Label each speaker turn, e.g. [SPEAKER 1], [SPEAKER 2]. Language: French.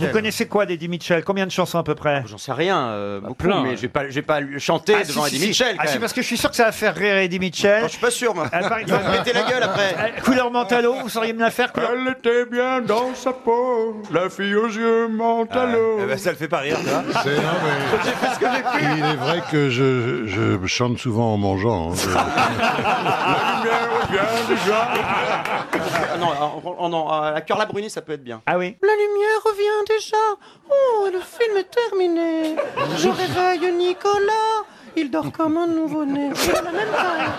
[SPEAKER 1] Vous connaissez quoi d'Eddie Mitchell Combien de chansons à peu près
[SPEAKER 2] J'en sais rien, euh, beaucoup,
[SPEAKER 1] plein,
[SPEAKER 2] mais
[SPEAKER 1] ouais.
[SPEAKER 2] j'ai pas, j'ai pas chanté
[SPEAKER 1] Ah, si,
[SPEAKER 2] devant
[SPEAKER 1] si,
[SPEAKER 2] Eddie
[SPEAKER 1] si.
[SPEAKER 2] Mitchell.
[SPEAKER 1] Ah,
[SPEAKER 2] quand
[SPEAKER 1] si,
[SPEAKER 2] même.
[SPEAKER 1] parce que je suis sûr que ça va faire rire Eddie Mitchell.
[SPEAKER 2] Je suis pas sûr, moi.
[SPEAKER 1] Ah, par
[SPEAKER 2] Il va me Euh, péter la gueule après.
[SPEAKER 1] Euh, Couleur mentalo, vous sauriez me la faire couleur...
[SPEAKER 3] Elle était bien dans sa peau, la fille aux yeux mentalo.
[SPEAKER 4] Eh ben, ça le fait pas rire, toi.
[SPEAKER 5] C'est non, mais il est vrai que je, je chante souvent en mangeant. hein.
[SPEAKER 3] Lumière revient déjà.
[SPEAKER 2] Ah, non, en, en- en- en- à Cœur la Bruni, ça peut être bien.
[SPEAKER 1] Ah oui
[SPEAKER 6] La lumière revient déjà. Oh, le film est terminé. Je réveille Nicolas. Il dort comme un nouveau-né. Il a la même taille.